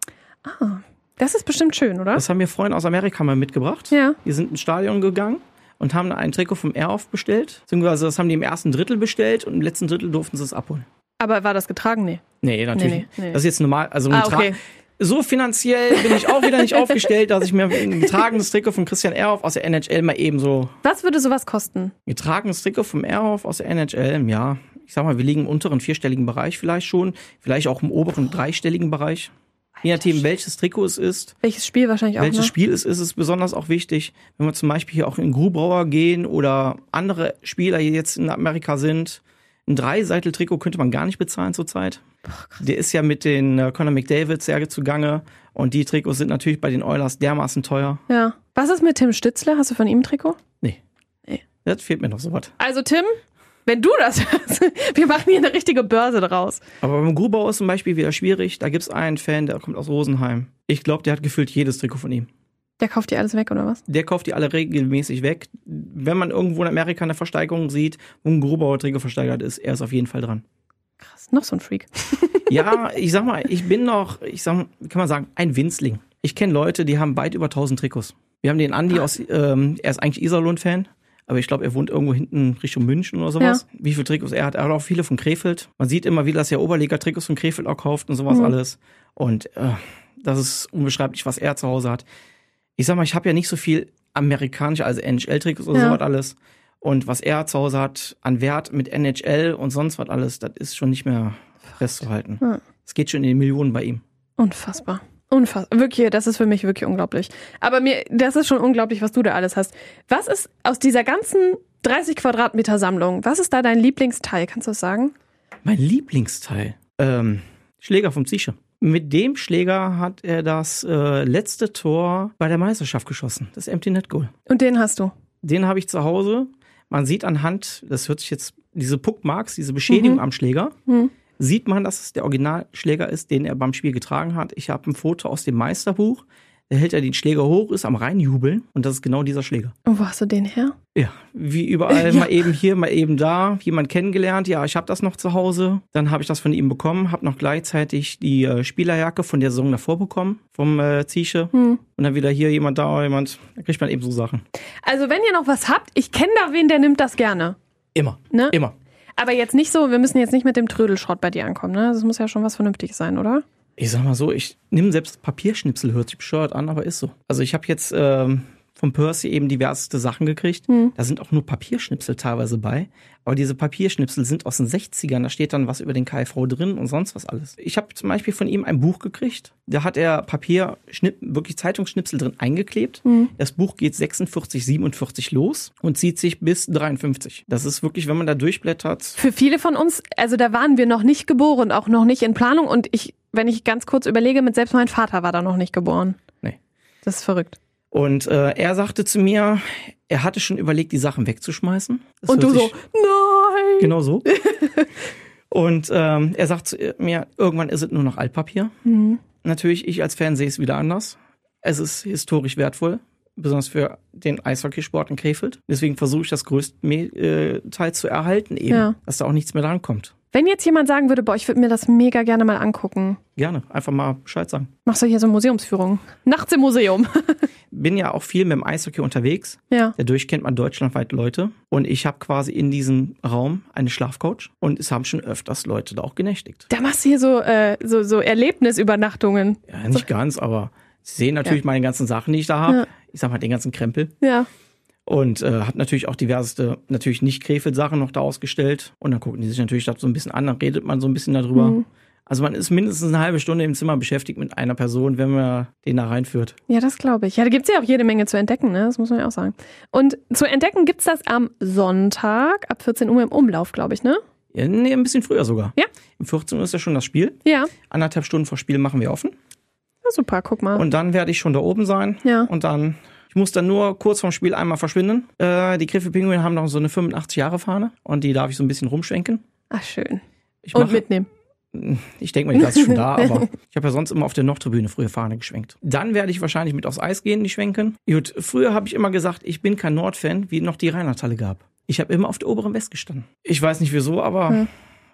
Speaker 1: Das ist bestimmt schön, oder?
Speaker 2: Das haben mir Freunde aus Amerika mal mitgebracht.
Speaker 1: Ja.
Speaker 2: Die sind ins Stadion gegangen und haben ein Trikot vom Airhoff bestellt. Beziehungsweise das haben die im ersten Drittel bestellt und im letzten Drittel durften sie es abholen.
Speaker 1: Aber war das getragen? Nee.
Speaker 2: Nee, natürlich.
Speaker 1: Nee,
Speaker 2: nicht.
Speaker 1: nee, nee.
Speaker 2: Das ist jetzt normal. Also ein
Speaker 1: Ah,
Speaker 2: Tra-
Speaker 1: okay.
Speaker 2: So finanziell bin ich auch wieder nicht aufgestellt, dass ich mir ein getragenes Trikot von Christian Ehrhoff aus der NHL mal eben so.
Speaker 1: Was würde sowas kosten?
Speaker 2: Getragenes Trikot vom Ehrhoff aus der NHL, ja. Ich sag mal, wir liegen im unteren vierstelligen Bereich vielleicht schon. Vielleicht auch im oberen dreistelligen Bereich. Je nachdem, welches Trikot es ist.
Speaker 1: Welches Spiel wahrscheinlich auch ne?
Speaker 2: Welches
Speaker 1: noch?
Speaker 2: Spiel es ist, ist besonders auch wichtig, wenn wir zum Beispiel hier auch in Grubauer gehen oder andere Spieler, die jetzt in Amerika sind. Ein Dreiseitel-Trikot könnte man gar nicht bezahlen zurzeit. Der ist ja mit den äh, Conor McDavid sehr zugange und die Trikots sind natürlich bei den Oilers dermaßen teuer.
Speaker 1: Ja. Was ist mit Tim Stützle? Hast du von ihm ein Trikot?
Speaker 2: Nee.
Speaker 1: Nee.
Speaker 2: Das fehlt mir noch so was.
Speaker 1: Also Tim, wenn du das hast, wir machen hier eine richtige Börse draus.
Speaker 2: Aber beim Grubauer ist zum Beispiel wieder schwierig. Da gibt es einen Fan, der kommt aus Rosenheim. Ich glaube, der hat gefühlt jedes Trikot von ihm.
Speaker 1: Der kauft dir alles weg, oder was?
Speaker 2: Der kauft die alle regelmäßig weg. Wenn man irgendwo in Amerika eine Versteigerung sieht, wo ein Grubauer Trikot versteigert ist, er ist auf jeden Fall dran.
Speaker 1: Krass, noch so ein Freak.
Speaker 2: Ja, ich sag mal, ich bin noch, ich sag, kann man sagen, ein Winzling. Ich kenne Leute, die haben weit über 1000 Trikots. Wir haben den Andi aus, ähm, er ist eigentlich Iserlohn-Fan, aber ich glaube, er wohnt irgendwo hinten Richtung München oder sowas. Wie viele Trikots er hat, er hat auch viele von Krefeld. Man sieht immer wieder, dass er Oberliga-Trikots von Krefeld auch kauft und sowas alles. Und äh, das ist unbeschreiblich, was er zu Hause hat. Ich sag mal, ich habe ja nicht so viel amerikanische, also NHL-Trikots oder
Speaker 1: Ja.
Speaker 2: sowas alles. Und was er zu Hause hat an Wert mit NHL und sonst was alles, das ist schon nicht mehr festzuhalten.
Speaker 1: Ja.
Speaker 2: Es geht schon in den Millionen bei ihm.
Speaker 1: Unfassbar. Unfassbar. Wirklich, das ist für mich wirklich unglaublich. Aber mir, das ist schon unglaublich, was du da alles hast. Was ist aus dieser ganzen 30 Quadratmeter Sammlung, was ist da dein Lieblingsteil? Kannst du das sagen?
Speaker 2: Mein Lieblingsteil. Ähm, Schläger vom Zische. Mit dem Schläger hat er das äh, letzte Tor bei der Meisterschaft geschossen. Das Empty Net Goal.
Speaker 1: Und den hast du.
Speaker 2: Den habe ich zu Hause. Man sieht anhand, das hört sich jetzt, diese Puckmarks, diese Beschädigung am Schläger, sieht man, dass es der Originalschläger ist, den er beim Spiel getragen hat. Ich habe ein Foto aus dem Meisterbuch. Da hält er den Schläger hoch, ist am Reinjubeln und das ist genau dieser Schläger.
Speaker 1: Und wo hast du den her?
Speaker 2: Ja, wie überall, mal eben hier, mal eben da, jemand kennengelernt, ja, ich habe das noch zu Hause. Dann habe ich das von ihm bekommen, habe noch gleichzeitig die äh, Spielerjacke von der Saison davor bekommen, vom äh, Zische. Und dann wieder hier jemand, da jemand, da kriegt man eben so Sachen.
Speaker 1: Also, wenn ihr noch was habt, ich kenne da wen, der nimmt das gerne.
Speaker 2: Immer,
Speaker 1: Ne?
Speaker 2: immer.
Speaker 1: Aber jetzt nicht so, wir müssen jetzt nicht mit dem Trödelschrott bei dir ankommen, ne? Das muss ja schon was Vernünftiges sein, oder?
Speaker 2: Ich sag mal so, ich nehme selbst Papierschnipsel, hört sich bescheuert an, aber ist so. Also ich habe jetzt ähm, von Percy eben diverseste Sachen gekriegt. Da sind auch nur Papierschnipsel teilweise bei. Aber diese Papierschnipsel sind aus den 60ern. Da steht dann was über den KV drin und sonst was alles. Ich habe zum Beispiel von ihm ein Buch gekriegt. Da hat er Papierschnip, wirklich Zeitungsschnipsel drin eingeklebt. Das Buch geht 46, 47 los und zieht sich bis 53. Das ist wirklich, wenn man da durchblättert,
Speaker 1: Für viele von uns, also da waren wir noch nicht geboren, auch noch nicht in Planung und ich, wenn ich ganz kurz überlege, mit selbst mein Vater war da noch nicht geboren.
Speaker 2: nee.
Speaker 1: Das ist verrückt.
Speaker 2: Und äh, er sagte zu mir, er hatte schon überlegt, die Sachen wegzuschmeißen. Das
Speaker 1: und du
Speaker 2: hört
Speaker 1: so, "Hm?"
Speaker 2: sich-
Speaker 1: nein!
Speaker 2: Genau so. und ähm, er sagt zu mir, irgendwann ist es nur noch Altpapier.
Speaker 1: Mhm.
Speaker 2: Natürlich, ich als Fan sehe es wieder anders. Es ist historisch wertvoll, besonders für den Eishockeysport in Krefeld. Deswegen versuche ich das größte äh, Teil zu erhalten, eben,
Speaker 1: Ja.
Speaker 2: dass da auch nichts mehr drankommt.
Speaker 1: Wenn jetzt jemand sagen würde, boah, ich würde mir das mega gerne mal angucken,
Speaker 2: Gerne, einfach mal Bescheid sagen.
Speaker 1: machst du hier so Museumsführungen? Nachts im Museum.
Speaker 2: Bin ja auch viel mit dem Eishockey unterwegs.
Speaker 1: ja.
Speaker 2: Dadurch kennt man deutschlandweit Leute. Und ich habe quasi in diesem Raum eine Schlafcoach. Und es haben schon öfters Leute da auch genächtigt.
Speaker 1: Da machst du hier so, äh, so, so Erlebnisübernachtungen.
Speaker 2: Ja, nicht ganz, aber sie sehen natürlich meine ganzen Sachen, die ich da habe.
Speaker 1: Ja.
Speaker 2: Ich sag mal, den ganzen Krempel.
Speaker 1: Ja.
Speaker 2: Und äh, hat natürlich auch diverseste, natürlich nicht Krefeld-Sachen noch da ausgestellt. Und dann gucken die sich natürlich das so ein bisschen an, dann redet man so ein bisschen darüber.
Speaker 1: Mhm.
Speaker 2: Also man ist mindestens eine halbe Stunde im Zimmer beschäftigt mit einer Person, wenn man den da reinführt.
Speaker 1: Ja, das glaube ich. Ja, da gibt's ja auch jede Menge zu entdecken, ne? Das muss man ja auch sagen. Und zu entdecken gibt's das am Sonntag ab 14 Uhr im Umlauf, glaube ich, ne?
Speaker 2: Ja, nee, ein bisschen früher sogar.
Speaker 1: Ja.
Speaker 2: Um 14 Uhr ist ja schon das Spiel.
Speaker 1: Ja.
Speaker 2: Anderthalb Stunden vor Spiel machen wir offen.
Speaker 1: ja super, guck mal.
Speaker 2: Und dann werde ich schon da oben sein.
Speaker 1: Ja.
Speaker 2: Und dann, ich muss dann nur kurz vorm Spiel einmal verschwinden. Äh, die Griffel Pinguine haben noch so eine 85-Jahre-Fahne und die darf ich so ein bisschen rumschwenken.
Speaker 1: Ach, schön.
Speaker 2: Ich
Speaker 1: Und
Speaker 2: mache-
Speaker 1: mitnehmen.
Speaker 2: Ich denke mal, ich lasse es schon da, aber ich habe ja sonst immer auf der Nordtribüne früher Fahne geschwenkt. Dann werde ich wahrscheinlich mit aufs Eis gehen, die schwenken. Gut, früher habe ich immer gesagt, ich bin kein Nordfan, wie noch die Rheinlandhalle gab. Ich habe immer auf der oberen West gestanden. Ich weiß nicht wieso, aber
Speaker 1: Hm.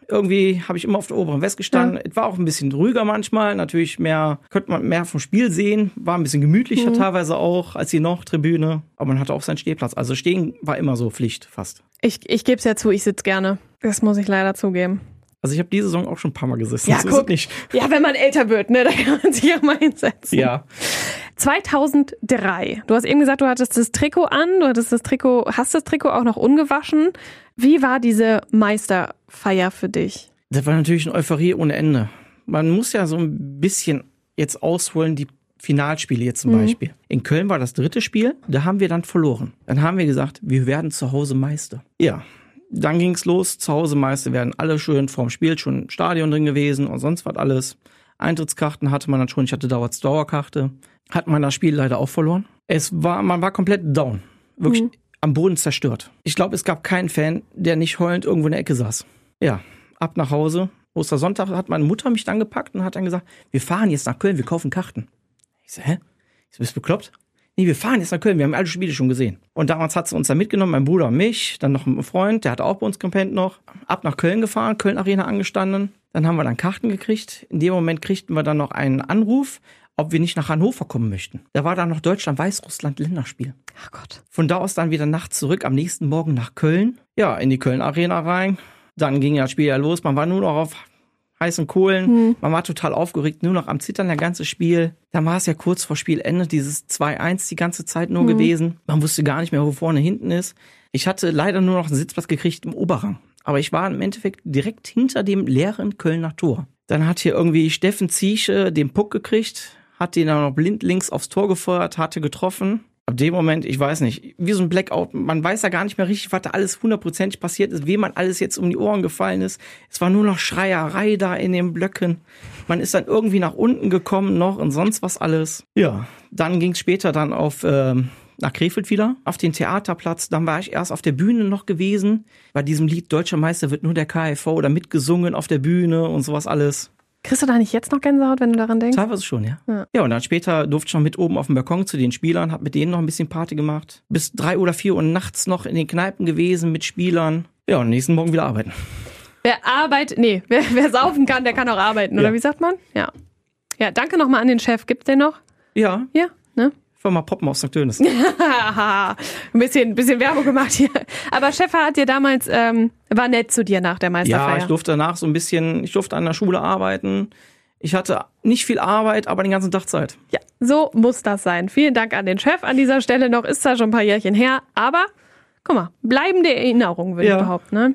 Speaker 2: irgendwie habe ich immer auf der oberen West gestanden. Es war auch ein bisschen ruhiger manchmal, natürlich mehr, könnte man mehr vom Spiel sehen, war ein bisschen gemütlicher
Speaker 1: Hm.
Speaker 2: teilweise auch als die Nordtribüne, aber man hatte auch seinen Stehplatz. Also stehen war immer so Pflicht fast.
Speaker 1: Ich, ich gebe es ja zu, ich sitz gerne. Das muss ich leider zugeben.
Speaker 2: Also ich habe diese Saison auch schon ein paar Mal gesessen.
Speaker 1: Ja,
Speaker 2: so
Speaker 1: guck.
Speaker 2: Ist es nicht.
Speaker 1: Ja, wenn man älter wird, ne? Da kann man sich auch mal hinsetzen.
Speaker 2: Ja.
Speaker 1: 2003. Du hast eben gesagt, du hattest das Trikot an, du hattest das Trikot, hast das Trikot auch noch ungewaschen. Wie war diese Meisterfeier für dich?
Speaker 2: Das war natürlich eine Euphorie ohne Ende. Man muss ja so ein bisschen jetzt ausholen, die Finalspiele jetzt zum Beispiel. In Köln war das dritte Spiel, da haben wir dann verloren. Dann haben wir gesagt, wir werden zu Hause Meister. Ja. Dann ging's los, zu Hause Meister werden alle schön vorm Spiel schon im Stadion drin gewesen und sonst was alles. Eintrittskarten hatte man dann schon, ich hatte damals Dauerkarte. Hat man das Spiel leider auch verloren. Es war, man war komplett down. Wirklich am Boden zerstört. Ich glaube, es gab keinen Fan, der nicht heulend irgendwo in der Ecke saß. Ja, ab nach Hause. Ostersonntag hat meine Mutter mich dann gepackt und hat dann gesagt, wir fahren jetzt nach Köln, wir kaufen Karten. Ich so, hä? Ich so, bist du bekloppt? Nee, wir fahren jetzt nach Köln, wir haben alle Spiele schon gesehen. Und damals hat sie uns da mitgenommen, mein Bruder und mich, dann noch ein Freund, der hat auch bei uns gepennt noch. Ab nach Köln gefahren, Köln Arena angestanden. Dann haben wir dann Karten gekriegt. In dem Moment kriegten wir dann noch einen Anruf, ob wir nicht nach Hannover kommen möchten. Da war dann noch Deutschland-Weißrussland-Länderspiel.
Speaker 1: Ach Gott.
Speaker 2: Von da aus dann wieder nachts zurück, am nächsten Morgen nach Köln. Ja, in die Köln-Arena rein. Dann ging das Spiel ja los. Man war nur noch auf heißen Kohlen. Man war total aufgeregt, nur noch am Zittern, das ganze Spiel. Dann war es ja kurz vor Spielende, dieses 2-1 die ganze Zeit nur gewesen. Man wusste gar nicht mehr, wo vorne hinten ist. Ich hatte leider nur noch einen Sitzplatz gekriegt im Oberrang. Aber ich war im Endeffekt direkt hinter dem leeren Kölner Tor. Dann hat hier irgendwie Steffen Ziesche den Puck gekriegt, hat den dann noch blind links aufs Tor gefeuert, hatte getroffen. Ab dem Moment, ich weiß nicht, wie so ein Blackout. Man weiß ja gar nicht mehr richtig, was da alles hundertprozentig passiert ist, wem man alles jetzt um die Ohren gefallen ist. Es war nur noch Schreierei da in den Blöcken. Man ist dann irgendwie nach unten gekommen noch und sonst was alles. Ja, dann ging es später dann auf ähm, nach Krefeld wieder, auf den Theaterplatz. Dann war ich erst auf der Bühne noch gewesen. Bei diesem Lied Deutscher Meister wird nur der KFV oder mitgesungen auf der Bühne und sowas alles.
Speaker 1: Kriegst du da nicht jetzt noch Gänsehaut, wenn du daran denkst?
Speaker 2: Teilweise schon, ja.
Speaker 1: Ja.
Speaker 2: ja. und dann später durfte ich noch mit oben auf dem Balkon zu den Spielern, hab mit denen noch ein bisschen Party gemacht. Bis drei oder vier Uhr nachts noch in den Kneipen gewesen mit Spielern. Ja, und nächsten Morgen wieder arbeiten.
Speaker 1: Wer arbeitet, nee, wer, wer saufen kann, der kann auch arbeiten, oder
Speaker 2: Ja.
Speaker 1: wie sagt man? Ja. Ja, danke nochmal an den Chef. Gibt's den noch?
Speaker 2: Ja,
Speaker 1: Ja, ne?
Speaker 2: Firma Poppen aus St. Dönis.
Speaker 1: Haha, ein bisschen, bisschen Werbung gemacht hier. Aber Chef hat dir damals, ähm, war nett zu dir nach der Meisterfeier.
Speaker 2: Ja, ich durfte danach so ein bisschen, ich durfte an der Schule arbeiten. Ich hatte nicht viel Arbeit, aber den ganzen Tag Zeit.
Speaker 1: Ja, so muss das sein. Vielen Dank an den Chef an dieser Stelle noch. Ist da schon ein paar Jährchen her, aber guck mal, bleibende Erinnerung, würde
Speaker 2: Ja.
Speaker 1: ich behaupten. Ne?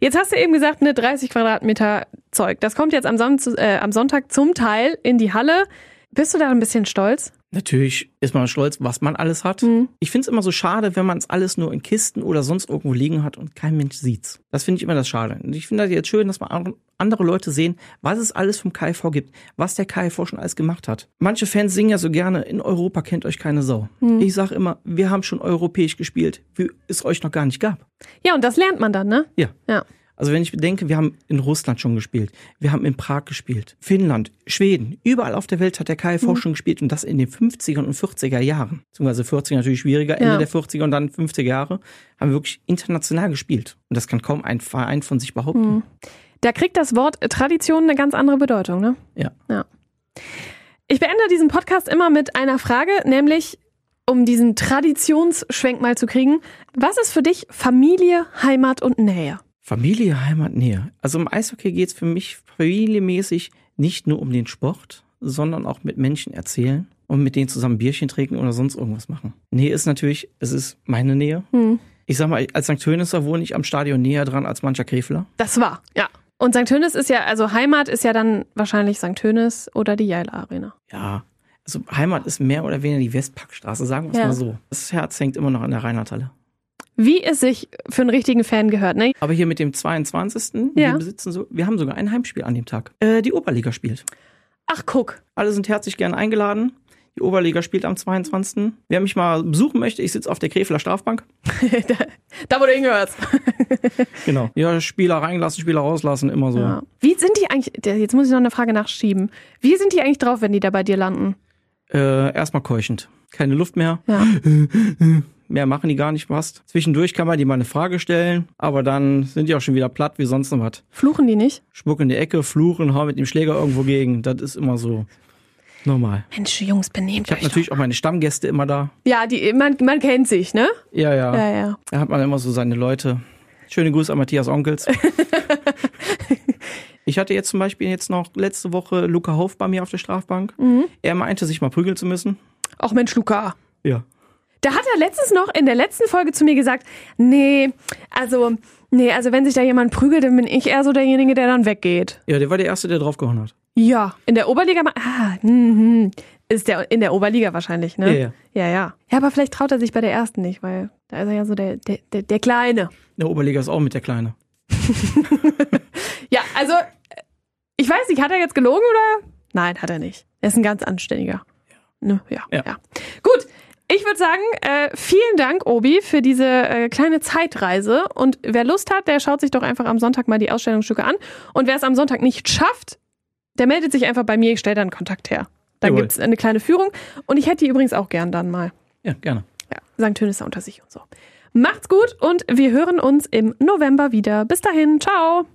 Speaker 1: Jetzt hast du eben gesagt, eine 30 Quadratmeter Zeug. Das kommt jetzt am, Son äh, am Sonntag zum Teil in die Halle. Bist du da ein bisschen stolz?
Speaker 2: Natürlich ist man stolz, was man alles hat. Ich finde es immer so schade, wenn man es alles nur in Kisten oder sonst irgendwo liegen hat und kein Mensch sieht's. Das finde ich immer das Schade. Und ich finde das jetzt schön, dass man an- andere Leute sehen, was es alles vom KIV gibt, was der KIV schon alles gemacht hat. Manche Fans singen ja so gerne, in Europa kennt euch keine Sau. Ich sage immer, wir haben schon europäisch gespielt, wie es euch noch gar nicht gab.
Speaker 1: Ja, und das lernt man dann, ne?
Speaker 2: Ja.
Speaker 1: Ja.
Speaker 2: Also wenn ich bedenke, wir haben in Russland schon gespielt, wir haben in Prag gespielt, Finnland, Schweden, überall auf der Welt hat der KFV schon gespielt und das in den 50er und 40er Jahren. Beziehungsweise 40er natürlich schwieriger, Ende
Speaker 1: Ja.
Speaker 2: der 40er und dann 50er Jahre, haben wir wirklich international gespielt. Und das kann kaum ein Verein von sich behaupten.
Speaker 1: Da kriegt das Wort Tradition eine ganz andere Bedeutung, ne?
Speaker 2: Ja.
Speaker 1: Ja. Ich beende diesen Podcast immer mit einer Frage, nämlich um diesen Traditionsschwenk mal zu kriegen. Was ist für dich Familie, Heimat und Nähe?
Speaker 2: Familie, Heimat, Nähe. Also im Eishockey geht's für mich familienmäßig nicht nur um den Sport, sondern auch mit Menschen erzählen und mit denen zusammen Bierchen trinken oder sonst irgendwas machen. Nähe ist natürlich, es ist meine Nähe.
Speaker 1: Hm.
Speaker 2: Ich sag mal, als St. Tönisser wohne ich am Stadion näher dran als mancher Krefeler.
Speaker 1: Das war, ja. Und St. Tönis ist ja, also Heimat ist ja dann wahrscheinlich St. Tönis oder die Yale Arena.
Speaker 2: Ja. Also Heimat ist mehr oder weniger die Westparkstraße, sagen wir es
Speaker 1: Ja.
Speaker 2: mal so. Das Herz hängt immer noch an der Rheinlandhalle.
Speaker 1: Wie es sich für einen richtigen Fan gehört, ne?
Speaker 2: Aber hier mit dem 22.
Speaker 1: Ja.
Speaker 2: Wir besitzen so, wir haben sogar ein Heimspiel an dem Tag. Äh, die Oberliga spielt.
Speaker 1: Ach, guck.
Speaker 2: Alle sind herzlich gerne eingeladen. Die Oberliga spielt am 22. Wer mich mal besuchen möchte, ich sitze auf der Krefeler Strafbank.
Speaker 1: da, da, wo du hingehörst.
Speaker 2: Genau. Ja, Spieler reinlassen, Spieler rauslassen, immer so.
Speaker 1: Ja. Wie sind die eigentlich, jetzt muss ich noch eine Frage nachschieben. Wie sind die eigentlich drauf, wenn die da bei dir landen?
Speaker 2: Äh, erstmal keuchend. Keine Luft mehr.
Speaker 1: Ja.
Speaker 2: Mehr machen die gar nicht fast. Zwischendurch kann man die mal eine Frage stellen, aber dann sind die auch schon wieder platt wie sonst noch was.
Speaker 1: Fluchen die nicht?
Speaker 2: Spuck in die Ecke, fluchen, hau mit dem Schläger irgendwo gegen. Das ist immer so normal.
Speaker 1: Mensch, Jungs, benehmt
Speaker 2: Ich habe
Speaker 1: euch
Speaker 2: natürlich auch meine Stammgäste immer da.
Speaker 1: doch. Ja, die, man, man kennt sich, ne?
Speaker 2: Ja, ja.
Speaker 1: Ja, ja.
Speaker 2: Da hat man immer so seine Leute. Schöne Grüße an Matthias Onkels. ich hatte jetzt zum Beispiel jetzt noch letzte Woche Luca Hof bei mir auf der Strafbank. Er meinte, sich mal prügeln zu müssen.
Speaker 1: Auch Mensch, Luca.
Speaker 2: Ja.
Speaker 1: Da hat er letztens noch in der letzten Folge zu mir gesagt, nee, also, nee, also wenn sich da jemand prügelt, dann bin ich eher so derjenige, der dann weggeht.
Speaker 2: Ja, der war der Erste, der draufgehauen hat.
Speaker 1: Ja, in der Oberliga, ma- ah, mhm. ist der in der Oberliga wahrscheinlich, ne?
Speaker 2: Ja,
Speaker 1: ja. Ja, ja. Ja, aber vielleicht traut er sich bei der ersten nicht, weil da ist er ja so der, der, der, der Kleine.
Speaker 2: In Der Oberliga ist auch mit der Kleine.
Speaker 1: Ja, also, ich weiß nicht, hat er jetzt gelogen oder? Nein, hat er nicht. Er ist ein ganz anständiger. Ne? Ja, ja.
Speaker 2: Ja.
Speaker 1: Gut, ich würde sagen, äh, vielen Dank, Obi, für diese äh, kleine Zeitreise. Und wer Lust hat, der schaut sich doch einfach am Sonntag mal die Ausstellungsstücke an. Und wer es am Sonntag nicht schafft, der meldet sich einfach bei mir. Ich stelle dann Kontakt her. Dann
Speaker 2: Jawohl.
Speaker 1: gibt's eine kleine Führung. Und ich hätte die übrigens auch gern dann mal.
Speaker 2: Ja, gerne.
Speaker 1: Ja, St. Tönis unter sich und so. Macht's gut und wir hören uns im November wieder. Bis dahin, ciao.